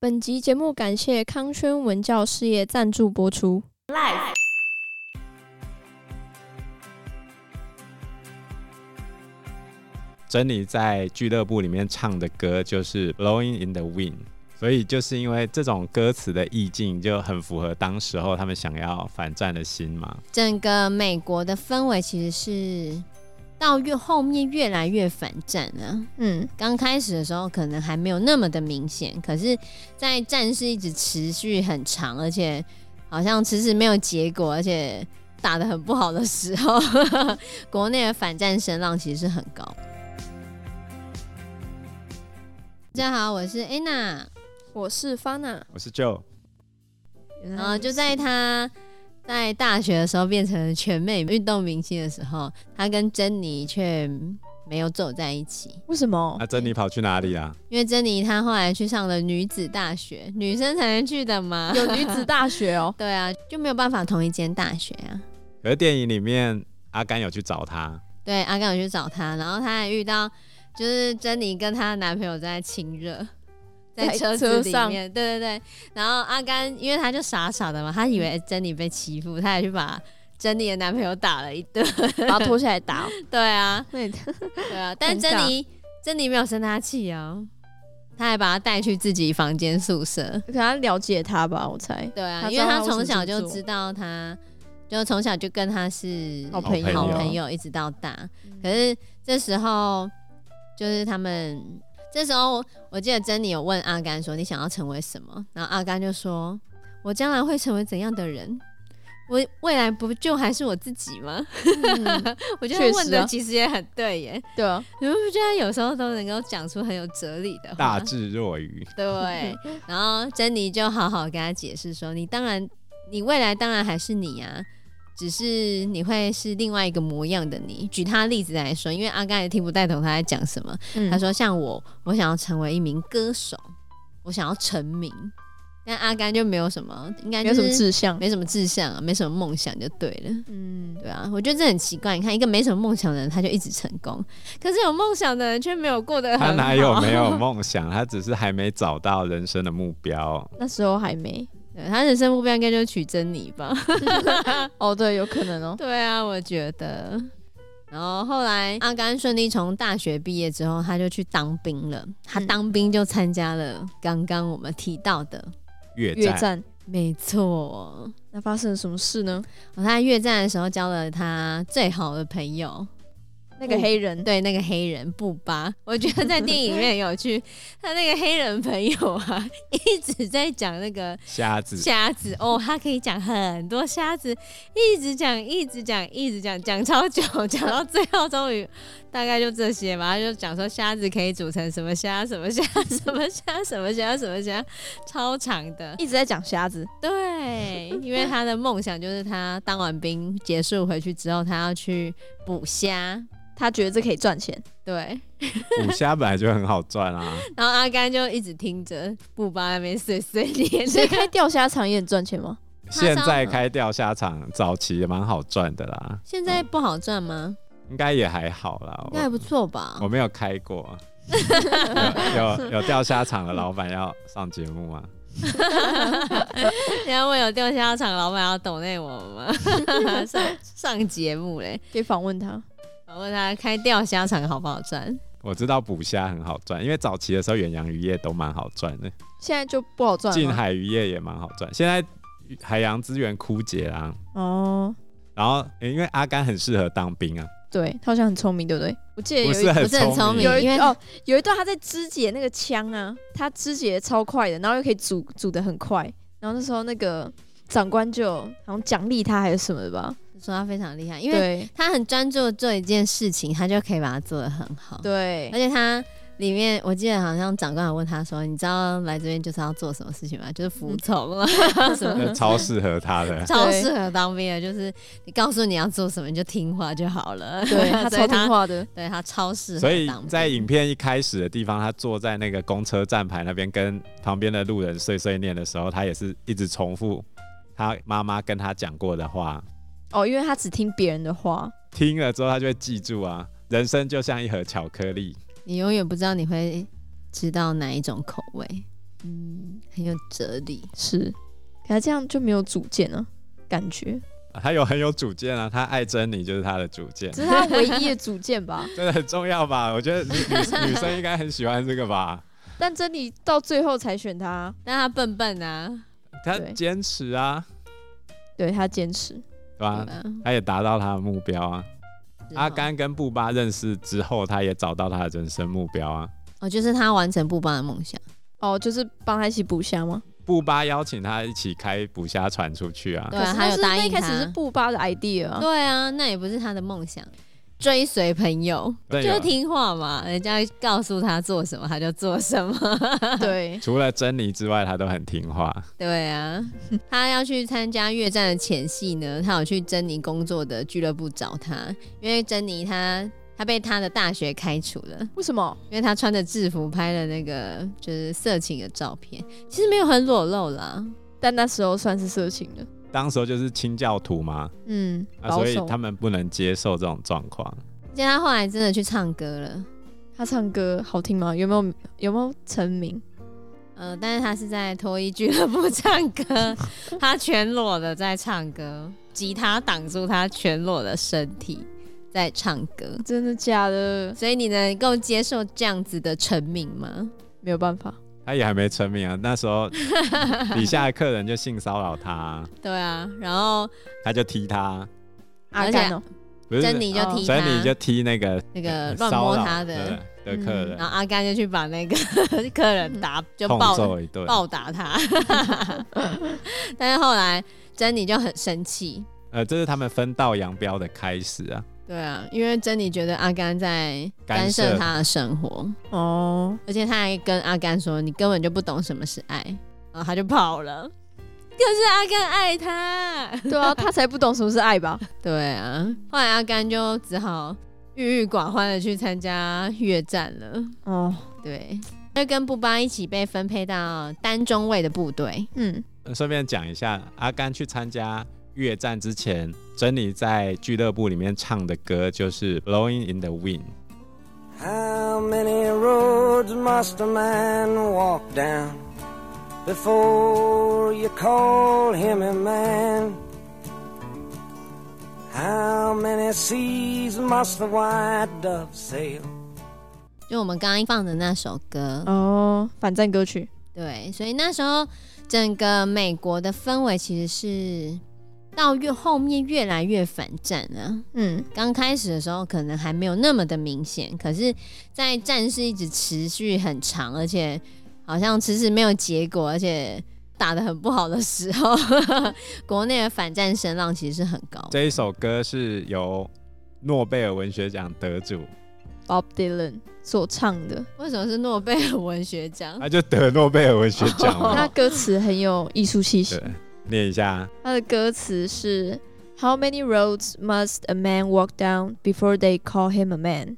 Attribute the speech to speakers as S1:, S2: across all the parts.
S1: 本集节目感谢康轩文教事业赞助播出。
S2: Life，
S3: 珍妮在俱乐部里面唱的歌就是《Blowing in the Wind》，所以就是因为这种歌词的意境就很符合当时候他们想要反战的心嘛。
S4: 整个美国的氛围其实是到越后面越来越反战啊。
S1: 嗯，
S4: 刚开始的时候可能还没有那么的明显，可是，在战事一直持续很长，而且好像迟迟没有结果，而且打得很不好的时候， 国内的反战声浪其实是很高。大家好，我是 Anna，
S1: 我是 Fana，
S3: 我是 Joe，
S1: 然
S4: 然后呃就在她在大学的时候变成全美运动明星的时候，她跟珍妮却没有走在一起。
S1: 为什么
S3: 那珍妮跑去哪里啊？
S4: 因为珍妮她后来去上了女子大学，女生才能去的 嘛。？
S1: 有女子大学哦
S4: 对啊，就没有办法同一间大学啊。
S3: 可是电影里面阿甘有去找她，
S4: 对，阿甘有去找她，然后她还遇到就是珍妮跟她男朋友在 亲热，在
S1: 在
S4: 车
S1: 车
S4: 子里
S1: 上
S4: 面。对对对，然后阿甘因为他就傻傻的嘛，他以为
S1: 嗯
S4: 珍妮被欺负，他也去把珍妮的男朋友打了一顿。
S1: 把他拖下来打哦？
S4: 对啊，
S1: 那也
S4: 对啊，但
S1: 尴
S4: 珍
S1: 尬
S4: 妮珍妮没有生他气哦，他还把他带去自己房间宿舍。
S1: 可能了解他吧，我猜。
S4: 对啊
S1: 他，
S4: 因
S1: 知
S4: 为
S1: 道
S4: 他
S1: 他为什
S4: 从
S1: 么
S4: 小
S1: 这么
S4: 就
S1: 做
S4: 知道他，就从小就跟他是
S1: 好
S3: 朋友
S4: 好朋友一直到大。
S1: 嗯
S4: 可是这时候，就是他们这时候，我记得珍妮有问阿甘说：“你想要成为什么？”然后阿甘就说：“我将来会成为怎样的人？”我未来不就还是我自己吗？
S1: 嗯
S4: 我觉
S1: 确
S4: 得
S1: 实
S4: 问的
S1: 啊
S4: 其实也很对耶，
S1: 对啊，
S4: 你们不觉得有时候都能够讲出很有哲理的话？
S3: 大智若愚。
S4: 对，然后珍妮就好好跟他解释说：“你当然，你未来当然还是你啊，只是你会是另外一个模样的你。”举他例子来说，因为阿甘也听不太懂他在讲什么。他
S1: 他说
S4: 说：“像我，我想要成为一名歌手，我想要成名。”但阿甘就没有什么，应该
S1: 没
S4: 就
S1: 有
S4: 是
S1: 什么志向。
S4: 没什么志向啊，没什么梦想就对了。
S1: 嗯，
S4: 对啊，我觉得这很奇怪。你看，一个没什么梦想的人，他就一直成功；可是有梦想的人却没有过得很好。
S3: 他哪有没有梦想？他只是还没找到人生的目标。
S1: 那时候还没。
S4: 对他人生目标应该就是娶珍妮吧？
S1: 哦，对，有可能哦。
S4: 对啊，我觉得。然后后来阿甘顺利从大学毕业之后，他就去当兵了。他
S1: 嗯
S4: 当兵就参加了刚刚我们提到的，
S3: 越
S1: 越
S3: 战，
S1: 战，
S4: 没错。哦
S1: 那发生了什么事呢？
S4: 他在越战的时候交了他最好的朋友，
S1: 那个黑人，
S4: 对那个黑人布巴，我觉得在电影里面很有趣。 他那个黑人朋友啊， 一直在讲那个
S3: 瞎子
S4: 瞎子哦，他可以讲很多瞎子，一直讲，一直讲，一直讲，讲超久， 讲到最后终于大概就这些吧。他就讲说瞎子可以组成什么虾，什么虾，什么虾，什么虾，什么虾，超长的。
S1: 一直在讲瞎子。
S4: 对，因为他的梦想就是他当完兵结束回去之后，他要去捕虾。
S1: 他觉得这可以赚 钱，
S4: 对，
S3: 武侠本来就很好赚啊。
S4: 然后阿甘就一直听着布巴那边碎碎念，
S1: 所以开钓虾场也很赚钱吗？
S3: 现在开钓虾场，早期也蛮好赚的啦，
S4: 现在不好赚吗？
S3: 应该也还好啦。
S4: 应该还
S3: 我
S4: 不错吧
S3: 我。没有开过，有有有钓虾场的老板要上节目吗？
S4: 然后我有钓虾场老板要抖内我 吗？上上节目嘞，
S1: 可以访问他。
S4: 我问他开钓虾场好不好赚？
S3: 我知道捕虾很好赚，因为早期的时候远洋渔业都蛮好赚的，
S1: 现在就不好赚
S3: 近
S1: 了吗。
S3: 海渔业也蛮好赚。现在海洋资源枯竭啦，
S1: 哦，
S3: 然后、诶因为阿甘很适合当兵啊，
S1: 对他好像很聪明，对不对？我记得有
S3: 不
S1: 一
S3: 是很
S4: 不是很
S3: 聪
S4: 聪
S3: 明
S4: 明
S1: 有一
S4: 因为
S1: 哦，有一段他在肢解那个枪啊，他肢解超快的，然后又可以煮煮的很快，然后那时候那个长官就好像奖励他还是什么的吧，
S4: 说他非常厉害，因为
S1: 对
S4: 他很专注地做一件事情，他就可以把它做得很好。，而
S1: 对，
S4: 且他里面我记得好像长官有问他说：“你知道来这边就是要做什么事情吗？就是服从啊，
S1: 嗯
S4: 什么。
S3: 那超适合他的
S4: 超适合当兵的，就是你告诉你要做什么你就听话就好了。”
S1: 对他
S4: 所以
S1: 超听
S4: 他，
S1: 话的，
S4: 对他超适合
S3: 所以
S4: 当兵
S3: 在影片一开始的地方，他坐在那个公车站牌那边，跟旁边的路人碎碎念的时候，他也是一直重复他妈妈跟他讲过的话，
S1: 哦，因为他只听别人的话，
S3: 听了之后他就会记住啊。人生就像一盒巧克力，
S4: 你永远不知道你会吃到哪一种口味。嗯，很有哲理。
S1: 是，可他这样就没有主见了，感觉
S3: 啊他有很有主见啊，他爱珍妮就是他的主见，
S1: 这是他唯一的主见吧。
S3: 真的很重要吧？我觉得女女女生应该很喜欢这个吧。
S1: 但珍妮到最后才选他，
S4: 但他笨笨啊，
S3: 他
S1: 对
S3: 坚持啊，
S1: 对他坚持。嗯
S3: 对吧？
S4: 对吧
S3: 他也达到他的目标啊。阿，甘跟布巴认识之后，他也找到他的人生目标啊。
S4: 哦，就是他完成布邦的梦想。
S1: 哦，就是帮他一起捕虾吗？
S3: 布巴邀请他一起开捕虾船出去啊。
S4: 对啊
S1: 可是
S4: 他有
S1: 是
S4: 答应
S1: 那一开
S4: 他
S1: 始是布巴的 idea 啊。
S4: 对啊，那也不是他的梦想。追随朋友
S3: 对
S4: 就
S3: 啊，
S4: 听话嘛，人家告诉他做什么他就做什么。
S1: 对，
S3: 除了珍妮之外，他都很听话。
S4: 对啊，他要去参加越战的前戏呢，他有去珍妮工作的俱乐部找他，因为珍妮她她被她的大学开除了，
S1: 为什么？
S4: 因为她穿着制服拍了那个就是色情的照片，其实没有很裸露啦。
S1: 但那时候算是色情的，
S3: 当时候就是清教徒嘛，
S1: 嗯，
S3: 啊，
S1: 保
S3: 所以
S1: 守。
S3: 他们不能接受这种状况。
S4: 而且她后来真的去唱歌了，
S1: 他唱歌好听吗？有没有有没有成名？
S4: 呃，但是她是在脱衣俱乐部唱 歌，她全裸的在唱歌，吉他挡住她全裸的身体在唱歌。
S1: 真的假的？
S4: 所以你能够接受这样子的成名吗？
S1: 没有办法，
S3: 他也还没成名啊，那时 候底下的客人就性骚扰他，
S4: 对啊，然后
S3: 他就踢他，
S1: 阿
S4: 而且
S1: 甘哦、
S3: 不是
S4: 珍妮就踢
S3: 所以你啊就
S4: 他，
S3: 踢那个呃
S4: 那个
S3: 骚
S4: 乱
S3: 扰
S4: 摸他的，嗯
S3: 对的客人
S4: 然，后阿甘就去把那个 客人打，就
S3: 痛
S4: 暴
S3: 揍一顿。
S4: 暴打他。 但是后来珍妮就很生气，
S3: 呃，这是他们分道扬镳的开始啊。
S4: 对啊，因为珍妮觉得阿甘在干
S3: 干
S4: 涉
S3: 涉
S4: 她的生活，
S1: 哦，
S4: 而且他还跟阿甘说：“你根本就不懂什么是爱。”然后他就跑了。可是阿甘爱他。
S1: 对啊，他才不懂什么是爱吧？
S4: 对啊，后来阿甘就只好郁郁寡欢的去参加越战了。
S1: 哦，
S4: 对，就跟布巴一起被分配到单中尉的部队。
S1: 嗯，
S3: 呃顺便讲一下，阿甘去参加越战之前，珍妮在俱乐部里面唱的歌就是《Blowing in the Wind》。
S2: How many roads must a man walk down before you call him a man? How many seas must the white dove sail?
S4: 就我们刚刚放的那首歌，
S1: 哦，反战歌曲，
S4: 对，所以那时候整个美国的氛围其实是到越后面越来越反战啊。
S1: 嗯，
S4: 刚开始的时候可能还没有那么的明显，可是，在战事一直持续很长，而且好像迟迟没有结果，而且打得很不好的时候， 国内的反战声浪其实是很高的。
S3: 这一首歌是由诺贝尔文学奖得主，
S1: Bob Dylan 所唱的，
S4: 为什么是诺贝尔文学奖？
S3: 他就得诺贝尔文学奖
S1: 他
S3: 了。
S1: 歌词很有艺术气息
S3: 哦对。，念一下，
S1: 它的歌词是 How many roads must a man walk down before they call him a man？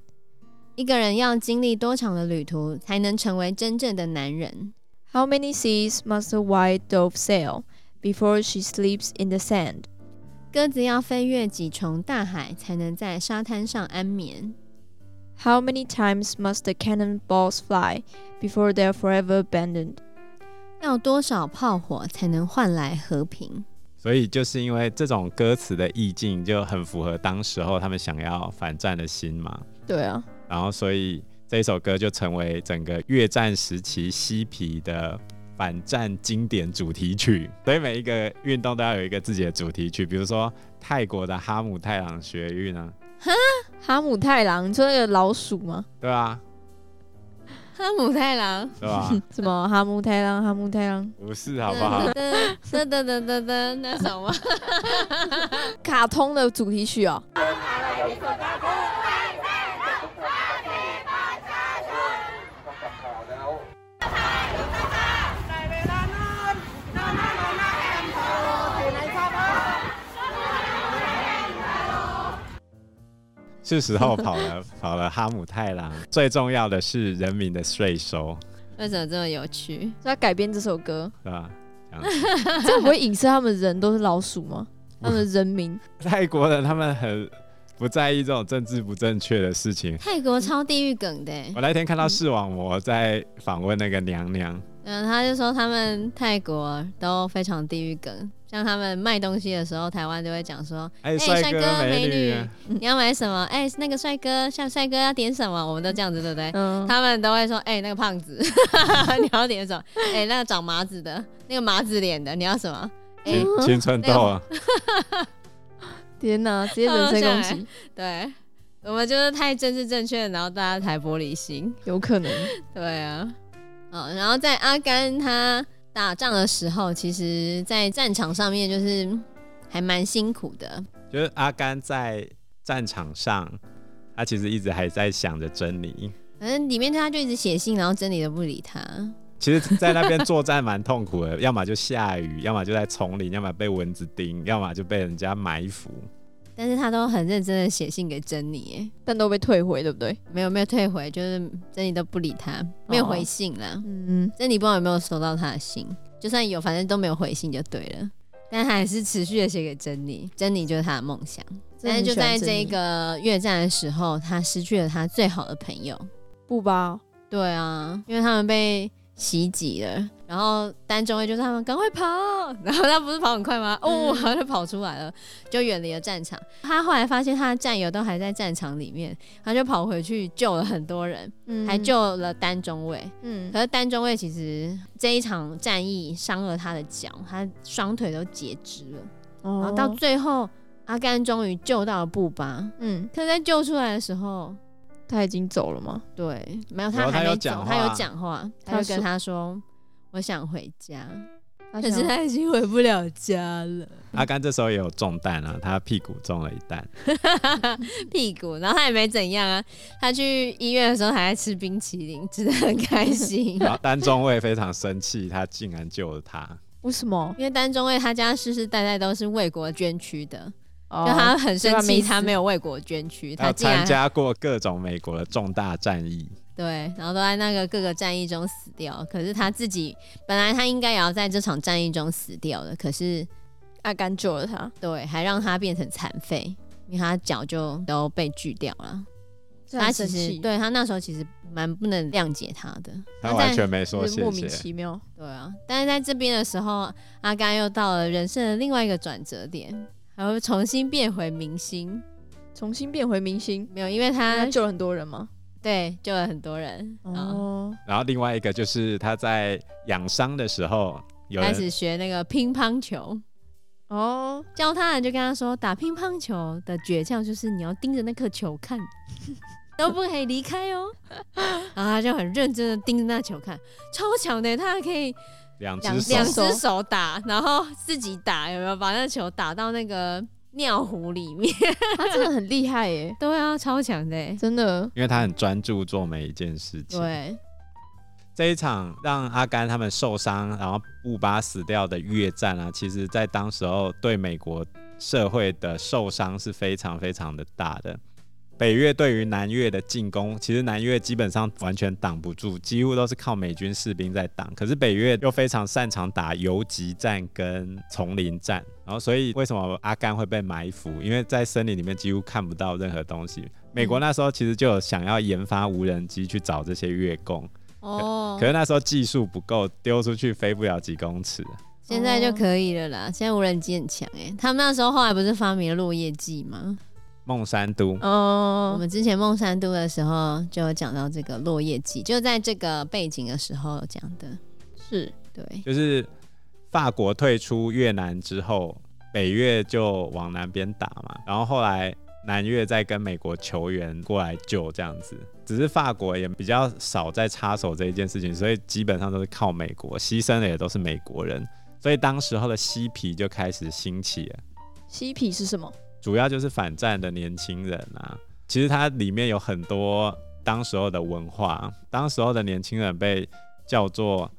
S4: 一个人要经历多长的旅途，才能成为真正的男人？
S1: How many seas must the white dove sail before she sleeps in the sand?
S4: 鸽子要飞越几重大海，才能在沙滩上安眠。
S1: How many times must the cannonballs fly before they're forever abandoned?
S4: 要多少炮火才能换来和平？
S3: 所以就是因为这种歌词的意境就很符合当时候他们想要反战的心嘛，
S1: 对啊，
S3: 然后所以这首歌就成为整个越战时期嬉皮的反战经典主题曲。所以每一个运动都要有一个自己的主题曲，比如说泰国的哈姆太郎学运啊，
S1: 哈姆太郎，你说那个老鼠吗？
S3: 对吧？
S4: 哈姆太郎，
S3: 对吧？
S1: 什么哈姆太郎，哈姆太郎，
S3: 不是好不好？
S4: 噔 噔噔噔噔噔，那什么？
S1: 卡通的主题曲哦。
S3: 是时候跑了跑了哈姆太郎。最重要的是人民的税收，
S4: 为什么这么有趣？
S1: 所以他改编这首 歌，
S3: 对吧？这样子
S1: 这样不会影射他们人都是老鼠吗？他们人民
S3: 泰国人他们很不在意这种政治不正确的事
S4: 嗯
S3: 情。
S4: 泰国超地狱梗的欸、
S3: 我那天看到视网膜在访问那个娘娘，
S4: 嗯，他就说他们泰国都非常地域梗，像他们卖东西的时候，台湾就会讲说
S3: 哎，
S4: 帅
S3: 哥
S4: 哥
S3: 美
S4: 美
S3: 啊
S4: 你要买什么，哎、那个帅哥，像帅哥要点什么，我们都这样子，对不对？
S1: 嗯，
S4: 他们都会说，哎、那个胖子， 你要点什么？哎、那个长麻子的，那个麻子脸的，你要什么？哎、
S3: 青青春痘啊，
S1: 天哪，直接人身攻击，
S4: 对，我们就是太政治正确，然后大家才玻璃心。
S1: 有可能。
S4: 对啊，哦，然后在阿甘他打仗的时候，其实，在战场上面就是还蛮辛苦的。
S3: 就是阿甘在战场上，他其实一直还在想着珍妮。
S4: 反正里面他就一直写信，然后真理都不理他。
S3: 其实，在那边作战蛮痛苦的，要 么就下雨，要么就在丛林，要么被蚊子叮，要么就被人家埋伏。
S4: 但是他都很认真的写信给珍妮，耶
S1: 但都被退回，对不对？
S4: 没有没有退回，就是珍妮都不理他，没有回信啦。
S1: 嗯，
S4: 珍妮不知道有没有收到他的信，就算有，反正都没有回信就对了。但他还是持续的写给珍妮，珍妮就是他的梦想。但是就在这一个越战的时候，他失去了他最好的朋友。
S1: 不吧，
S4: 对啊，因为他们被袭击了，然后单中尉就让他们赶快跑，然后他不是跑很快吗？哦，
S1: 嗯
S4: 然后就跑出来了，就远离了战场。他后来发现他的战友都还在战场里面，他就跑回去救了很多人，
S1: 嗯
S4: 还救了单中尉。
S1: 嗯
S4: 可是单中尉其实这一场战役伤了他的脚，他双腿都截肢了。
S1: 哦
S4: 然后到最后，阿甘终于救到了布巴，
S1: 嗯，
S4: 可是在救出来的时候，
S1: 他已经走了吗？
S4: 对，没有
S3: 有
S4: 他
S3: 他
S4: 还
S3: 有
S4: 没
S3: 讲
S4: 走，
S3: 话
S4: 他有讲话，
S1: 他
S4: 他就
S1: 说
S4: 跟他说：“我想回家。”
S1: 他
S4: 可是
S1: 想
S4: 他已经回不了家了，
S3: 阿甘这时候也有中弹啊，他屁股中了一弹。
S4: 屁股，然后他也没怎样啊。他去医院的时候还在吃冰淇淋，吃的很开 心。
S3: 然后单中尉非常生气，他竟然救了他。
S1: 为什么？
S4: 因为单中尉他家世世代代都是为国捐躯的，
S1: 哦
S4: 就他很生
S1: 对
S4: 气，
S1: 吧没死
S4: 他没有为国捐躯，
S3: 他
S4: 他
S3: 有
S4: 竟
S3: 参
S4: 然
S3: 加过各种美国的重大战役，
S4: 对，然后都在那个各个战役中死掉。可是他自己本来他应该也要在这场战役中死掉的，可是
S1: 阿甘救啊了他，
S4: 对，还让他变成残废，因为他脚就都被锯掉了。他
S1: 很
S4: 其
S1: 生
S4: 实
S1: 气，
S4: 对他那时候其实蛮不能谅解他的。
S3: 他
S4: 然后
S3: 完
S4: 在
S3: 全没说
S1: 就是
S3: 谢
S1: 莫名
S3: 谢。
S1: 其妙。
S4: 对啊，但是在这边的时候，阿甘又到了人生的另外一个转折点，还会重新变回明星。
S1: 重新变回明星，
S4: 没有，因为
S1: 他
S4: 他
S1: 救了很多人吗？
S4: 对救了很多人，哦、
S1: 哦，
S3: 然后另外一个就是他在养伤的时候，有
S4: 开
S3: 人
S4: 始学那个乒乓球。
S1: 哦，
S4: 教他人就跟他说，打乒乓球的诀窍就是你要盯着那颗球看， 都不可以离开 哦。然后他就很认真的盯着那球看，超强的，他还可以
S3: 两
S4: 两
S3: 只手
S4: 两只手打，然后自己打，有没有把那球打到那个尿壶里面？
S1: 他真的很厉害耶，
S4: 对啊，超强的。
S1: 真的。
S3: 因为他很专注做每一件事情。
S4: 对，啊
S3: 这一场让阿甘他们受伤，然后布巴死掉的越战啊，其实在当时候对美国社会的受伤是非常非常的大的。北越对于南越的进攻，其实南越基本上完全挡不住，几乎都是靠美军士兵在挡。可是北越又非常擅长打游击战跟丛林战，然后所以为什么阿甘会被埋伏？因为在森林里面几乎看不到任何东西。美国那时候其实就有想要研发无人机去找这些越共，
S4: 哦
S3: 可，是那时候技术不够，丢出去飞不了几公尺。
S4: 现在就可以了啦。现在无人机很强哎，他们那时候后来不是发明了落叶剂吗？
S3: 孟山都，
S4: 我
S1: 哦，
S4: 们之前梦山都的时候就有讲到这个落叶季，就在这个背景的时候讲的。
S1: 是
S4: 对，
S3: 就是法国退出越南之后，北越就往南边打嘛，然后后来南越再跟美国求援过来救这样子。只是法国也比较少在插手这一件事情，所以基本上都是靠美国，牺牲的也都是美国人，所以当时候的嬉皮就开始兴起了。
S1: 嬉皮是什么？
S3: 主要就是反战的年轻人啊。其实它里面有很多当时候的文化，当时候的年轻人被叫做，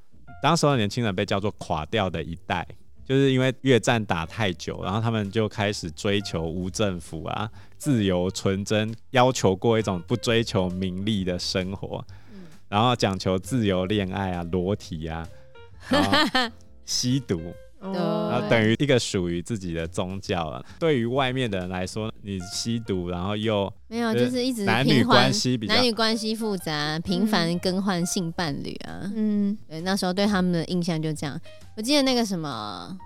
S3: 当时候的年轻人被叫做垮掉的一代，就是因为越战打太久，然后他们就开始追求无政府啊、自由、纯真，要求过一种不追求名利的生活，然后讲求自由恋爱啊、裸体啊，然后吸毒。
S1: 哦
S4: 然
S3: 然然
S1: 对
S3: 后等于一个属于自己的宗教了。对于外面的人来说，你吸毒，然后又
S4: 没有，
S3: 就是
S4: 就是一直
S3: 男女
S4: 频繁
S3: 关系比较
S4: 男女关系复杂，频繁更换性伴侣啊。
S1: 嗯，
S4: 对，那时候对他们的印象就这样。我记得那个什么，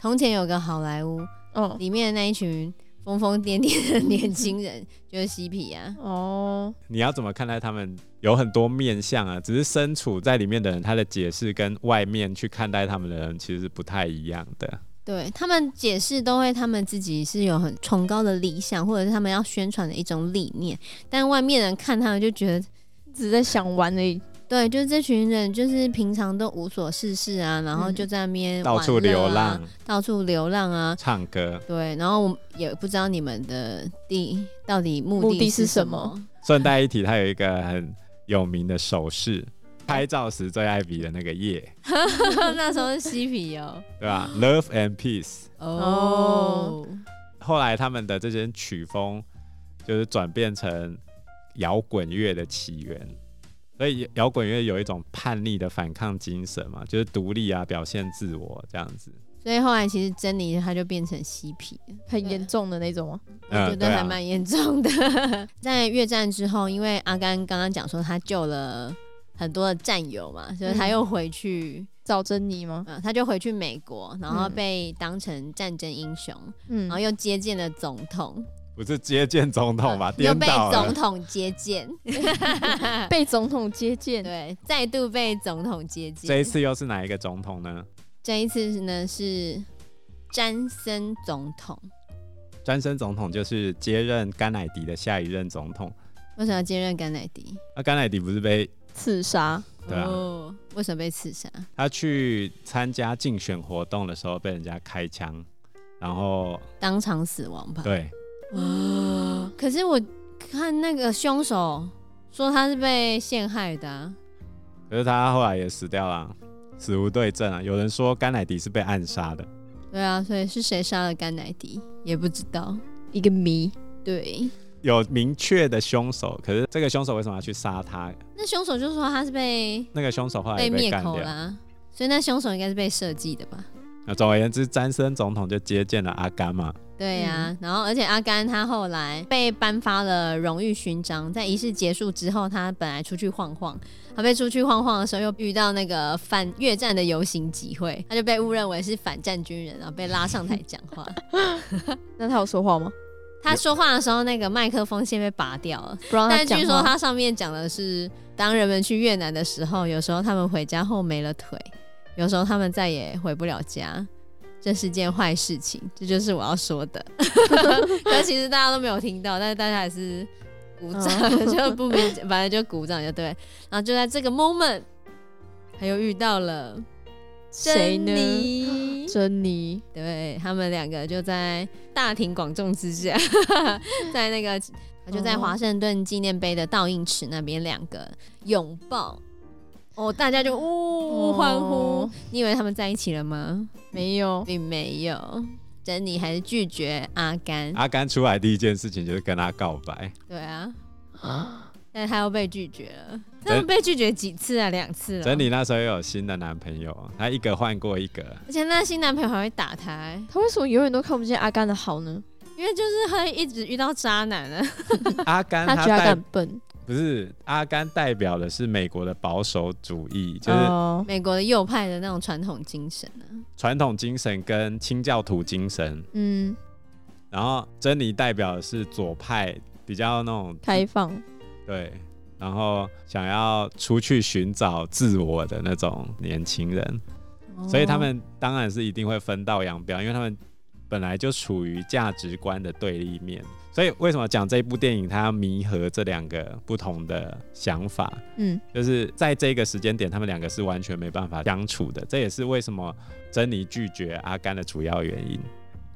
S4: 从前有个好莱坞，
S1: 哦
S4: 里面的那一群疯疯癫癫的年轻人就是嬉皮啊。
S1: 哦，
S3: 你要怎么看待他们？有很多面向啊，只是身处在里面的人，他的解释跟外面去看待他们的人其实是不太一样的。
S4: 对他们解释都会，他们自己是有很崇高的理想，或者是他们要宣传的一种理念，但外面人看他们就觉得，
S1: 只是在想玩而已。
S4: 对，就是这群人就是平常都无所事事啊，然后就在那边、啊
S3: 到处流浪、，
S4: 到处流浪啊，
S3: 唱歌，
S4: 对，然后我们也不知道你们的地到底目
S1: 目的是
S4: 是
S1: 什
S4: 么。
S3: 顺带一提，他有一个很有名的手势，拍照时最爱比的那个耶，
S4: 那时候是嬉皮哦，
S3: 对 吧？Love and Peace。
S1: 哦
S4: 哦，
S3: 后来他们的这些曲风就是转变成摇滚乐的起源，所以摇滚乐有一种叛逆的反抗精神嘛，就是独立啊，表现自我这样子。
S4: 所以后来其实珍妮她就变成嬉皮了，
S1: 很严重的那种吗？
S4: 我
S3: 嗯
S4: 觉
S3: 对
S4: 得
S3: 啊
S4: 还蛮严重的。 在越战之后，因为阿甘刚刚讲说他救了很多的战友嘛，所以他
S1: 嗯
S4: 又回去，
S1: 找珍妮吗？
S4: 嗯、他就回去美国，然后
S1: 嗯
S4: 被当成战争英雄，
S1: 嗯
S4: 然后，又接见了总统，呃
S3: 不是接见总统吧？
S4: 嗯又
S3: 颠
S4: 被
S3: 倒
S4: 总
S3: 了。
S4: 统接见，
S1: 被总统接见。
S4: 对，再度被总统接见。
S3: 这一次又是哪一个总统呢？
S4: 这一次呢是詹森总统，
S3: 詹森总统就是接任甘乃迪的下一任总统。
S4: 为什么要接任甘乃迪？
S3: 那甘乃迪不是被
S1: 刺杀。
S3: 对啊
S4: 哦，为什么被刺杀？
S3: 他去参加竞选活动的时候被人家开枪，然后
S4: 当场死亡吧。
S3: 对
S4: 哦， 可是我看那个凶手说他是被陷害的啊、
S3: 可是他后来也死掉了，啊死无对证啊。有人说甘乃迪是被暗杀的，
S4: 对啊，所以是谁杀了甘乃迪也不知道。
S1: 一个谜，
S4: 对，
S3: 有明确的凶手，可是这个凶手为什么要去杀他？
S4: 那凶手就说他是被
S3: 那个凶手后来
S4: 被
S3: 也被
S4: 灭
S3: 干
S4: 口
S3: 掉。
S4: 啦，所以那凶手应该是被设计的吧？
S3: 那啊总而言之，詹森总统就接见了阿甘嘛，
S4: 对呀、然后而且阿甘他后来被颁发了荣誉勋章，在仪式结束之后，他本来出去晃晃，他被出去晃晃的时候又遇到那个反越战的游行集会，他就被误认为是反战军人，然后被拉上台讲话。
S1: 那他有说话吗？
S4: 他说话的时候，那个麦克风线被拔掉了，
S1: 不让他
S4: 但
S1: 哦讲
S4: 据说
S1: 话。
S4: 他上面讲的是，当人们去越南的时候，有时候他们回家后没了腿，有时候他们再也回不了家，这是件坏事情，这就是我要说的。 可是其实大家都没有听到，但是大家还是鼓掌，
S1: 嗯
S4: 就不明，反正就鼓掌就对。然后就在这个 moment，他又遇到了
S1: 谁呢
S4: 珍妮
S1: 珍妮，
S4: 对他们两个就在大庭广众之 下，在那个就在华盛顿纪念碑的倒映池那边两个拥抱，哦，大家就呜
S1: 哦
S4: 欢呼。你以为他们在一起了吗？
S1: 没
S3: 哦
S1: 有，
S4: 并没有，珍妮还是拒绝阿甘。
S3: 阿甘出来第一件事情就是跟他告白，
S4: 对啊，但他又被拒绝了。他们被拒绝几次啊？两次了。
S3: 哎珍妮那时候又有新的男朋友，她一个换过一个，
S4: 而且那新男朋友还会打他、
S1: 他为什么永远都看不见阿甘的好呢？
S4: 因为就是会一直遇到渣男啊。
S3: 阿甘
S1: 他
S3: 他
S1: 觉得阿甘
S3: 代
S1: 很笨，
S3: 不是阿甘代表的是美国的保守主义，就是
S1: 哦
S4: 美国的右派的那种传统精神啊。
S3: 传统精神跟清教徒精神，
S1: 嗯，
S3: 然后珍妮代表的是左派，比较那种
S1: 开放，
S3: 对，然后想要出去寻找自我的那种年轻人，
S1: 哦
S3: 所以他们当然是一定会分道扬镳，因为他们本来就处于价值观的对立面。所以为什么讲这部电影它弥合这两个不同的想法？
S1: 嗯，
S3: 就是在这个时间点，他们两个是完全没办法相处的。这也是为什么珍妮拒绝阿甘的主要原因。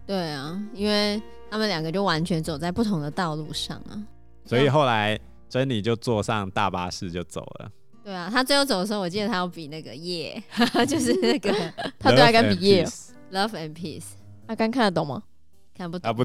S4: 对啊，因为他们两个就完全走在不同的道路上啊。
S3: 所
S1: 嗯
S3: 以后来珍妮就坐上大巴士就走了。
S4: 对啊，他最后走的时候，我记得他要比那个耶， 就是 那个
S1: 他对阿甘
S3: Love
S1: 比耶
S3: and
S1: 哦，
S3: Peace
S4: love and peace，
S1: 阿甘看得懂吗？
S4: 看不
S3: 他
S4: 懂吧
S3: 啊 不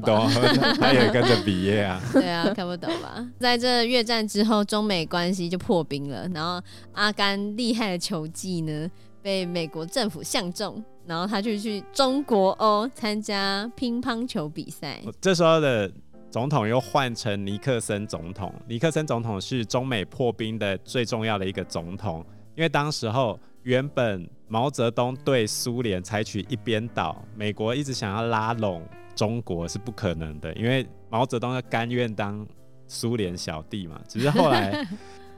S3: 懂，他也跟着比耶啊。
S4: 对啊，看不懂吧？在这越战之后，中美关系就破冰了。然后阿甘厉害的球技呢，被美国政府相中，然后他就去中国哦参加乒乓球比赛。
S3: 这时候的总统又换成尼克森总统。尼克森总统是中美破冰的最重要的一个总统，因为当时候原本毛泽东对苏联采取一边倒，美国一直想要拉拢中国是不可能的，因为毛泽东要甘愿当苏联小弟嘛。只是 后来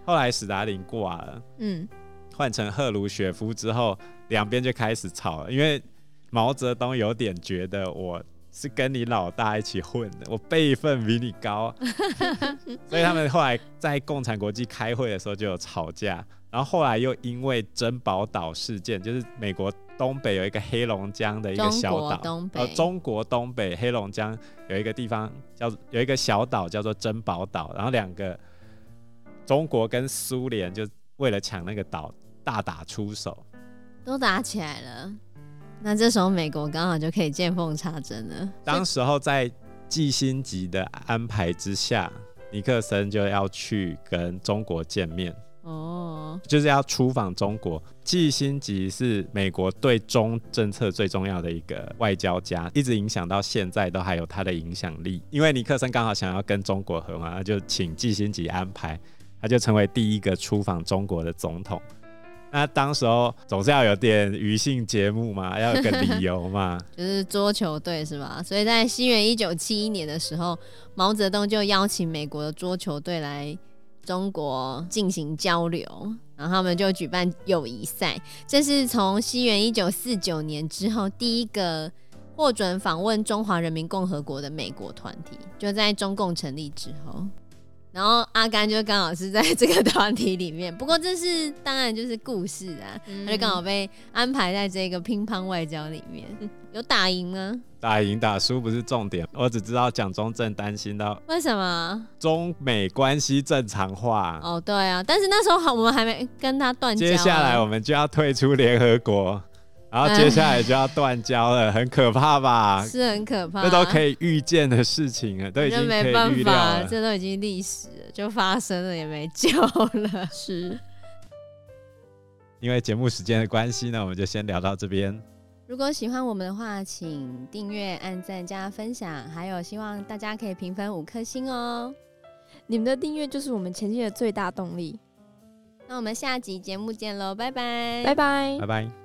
S3: 后来史达林挂了，
S1: 嗯，
S3: 换成赫鲁雪夫之后，两边就开始吵了，因为毛泽东有点觉得我是跟你老大一起混的，我辈分比你 高，所以他们后来在共产国际开会的时候就有吵架，然后后来又因为珍宝岛事件，就是美国东北有一个黑龙江的一个
S4: 中
S3: 小
S4: 国
S3: 岛，
S4: 东
S3: 呃，
S4: 北，
S3: 中国东北黑龙江有一个地方叫有一个小岛叫做珍宝岛，然后两个中国跟苏联就为了抢那个岛大打出手，
S4: 都打起来了。那这时候美国刚好就可以见缝插针了。
S3: 当时候在季辛吉的安排之下，尼克森就要去跟中国见面，
S4: 哦，
S3: 就是要出访中国。季辛吉是美国对中政策最重要的一个外交家，一直影响到现在都还有他的影响力。因为尼克森刚好想要跟中国和嘛，那就请季辛吉安排，他就成为第一个出访中国的总统。那当时候总是要有点娱性节目嘛，要有个理由嘛。
S4: 就是桌球队是吧？所以在西元一九七一年的时候，毛泽东就邀请美国的桌球队来中国进行交流，然后他们就举办友谊赛。这是从西元一九四九年之后第一个获准访问中华人民共和国的美国团体，就在中共成立之后。然后阿甘就刚好是在这个团体里面，不过这是当然就是故事啊，
S1: 嗯
S4: 他就刚
S3: 嗯
S4: 好被安排在这个乒乓外交里面，有打赢吗？
S3: 打赢打输不是重点，我只知道蒋中正担心到
S4: 为什么？
S3: 中美关系正常化。
S4: 哦，对啊，但是那时候好，我们还没跟他断交啊、嗯
S3: 接下来我们就要退出联合国，然后接下来就要断交了，很可怕吧？
S4: 是很可怕、
S3: 这都可
S4: 以，
S3: 以预见的事情了，都已
S4: 就
S3: 经可
S4: 没办
S3: 以预料
S4: 法，
S3: 了。
S4: 这都已经历史了，就发生了，也没救 了。
S1: 是。
S3: 因为节目时间的关系呢，我们就先聊到这边。
S4: 如果喜欢我们的话，请订阅、按赞、加分享，还有希望大家可以评分五颗星哦。
S1: 你们的订阅就是我们前进的最大动力。
S4: 那我们下集节目见喽，拜拜，
S1: 拜拜
S3: 拜。拜。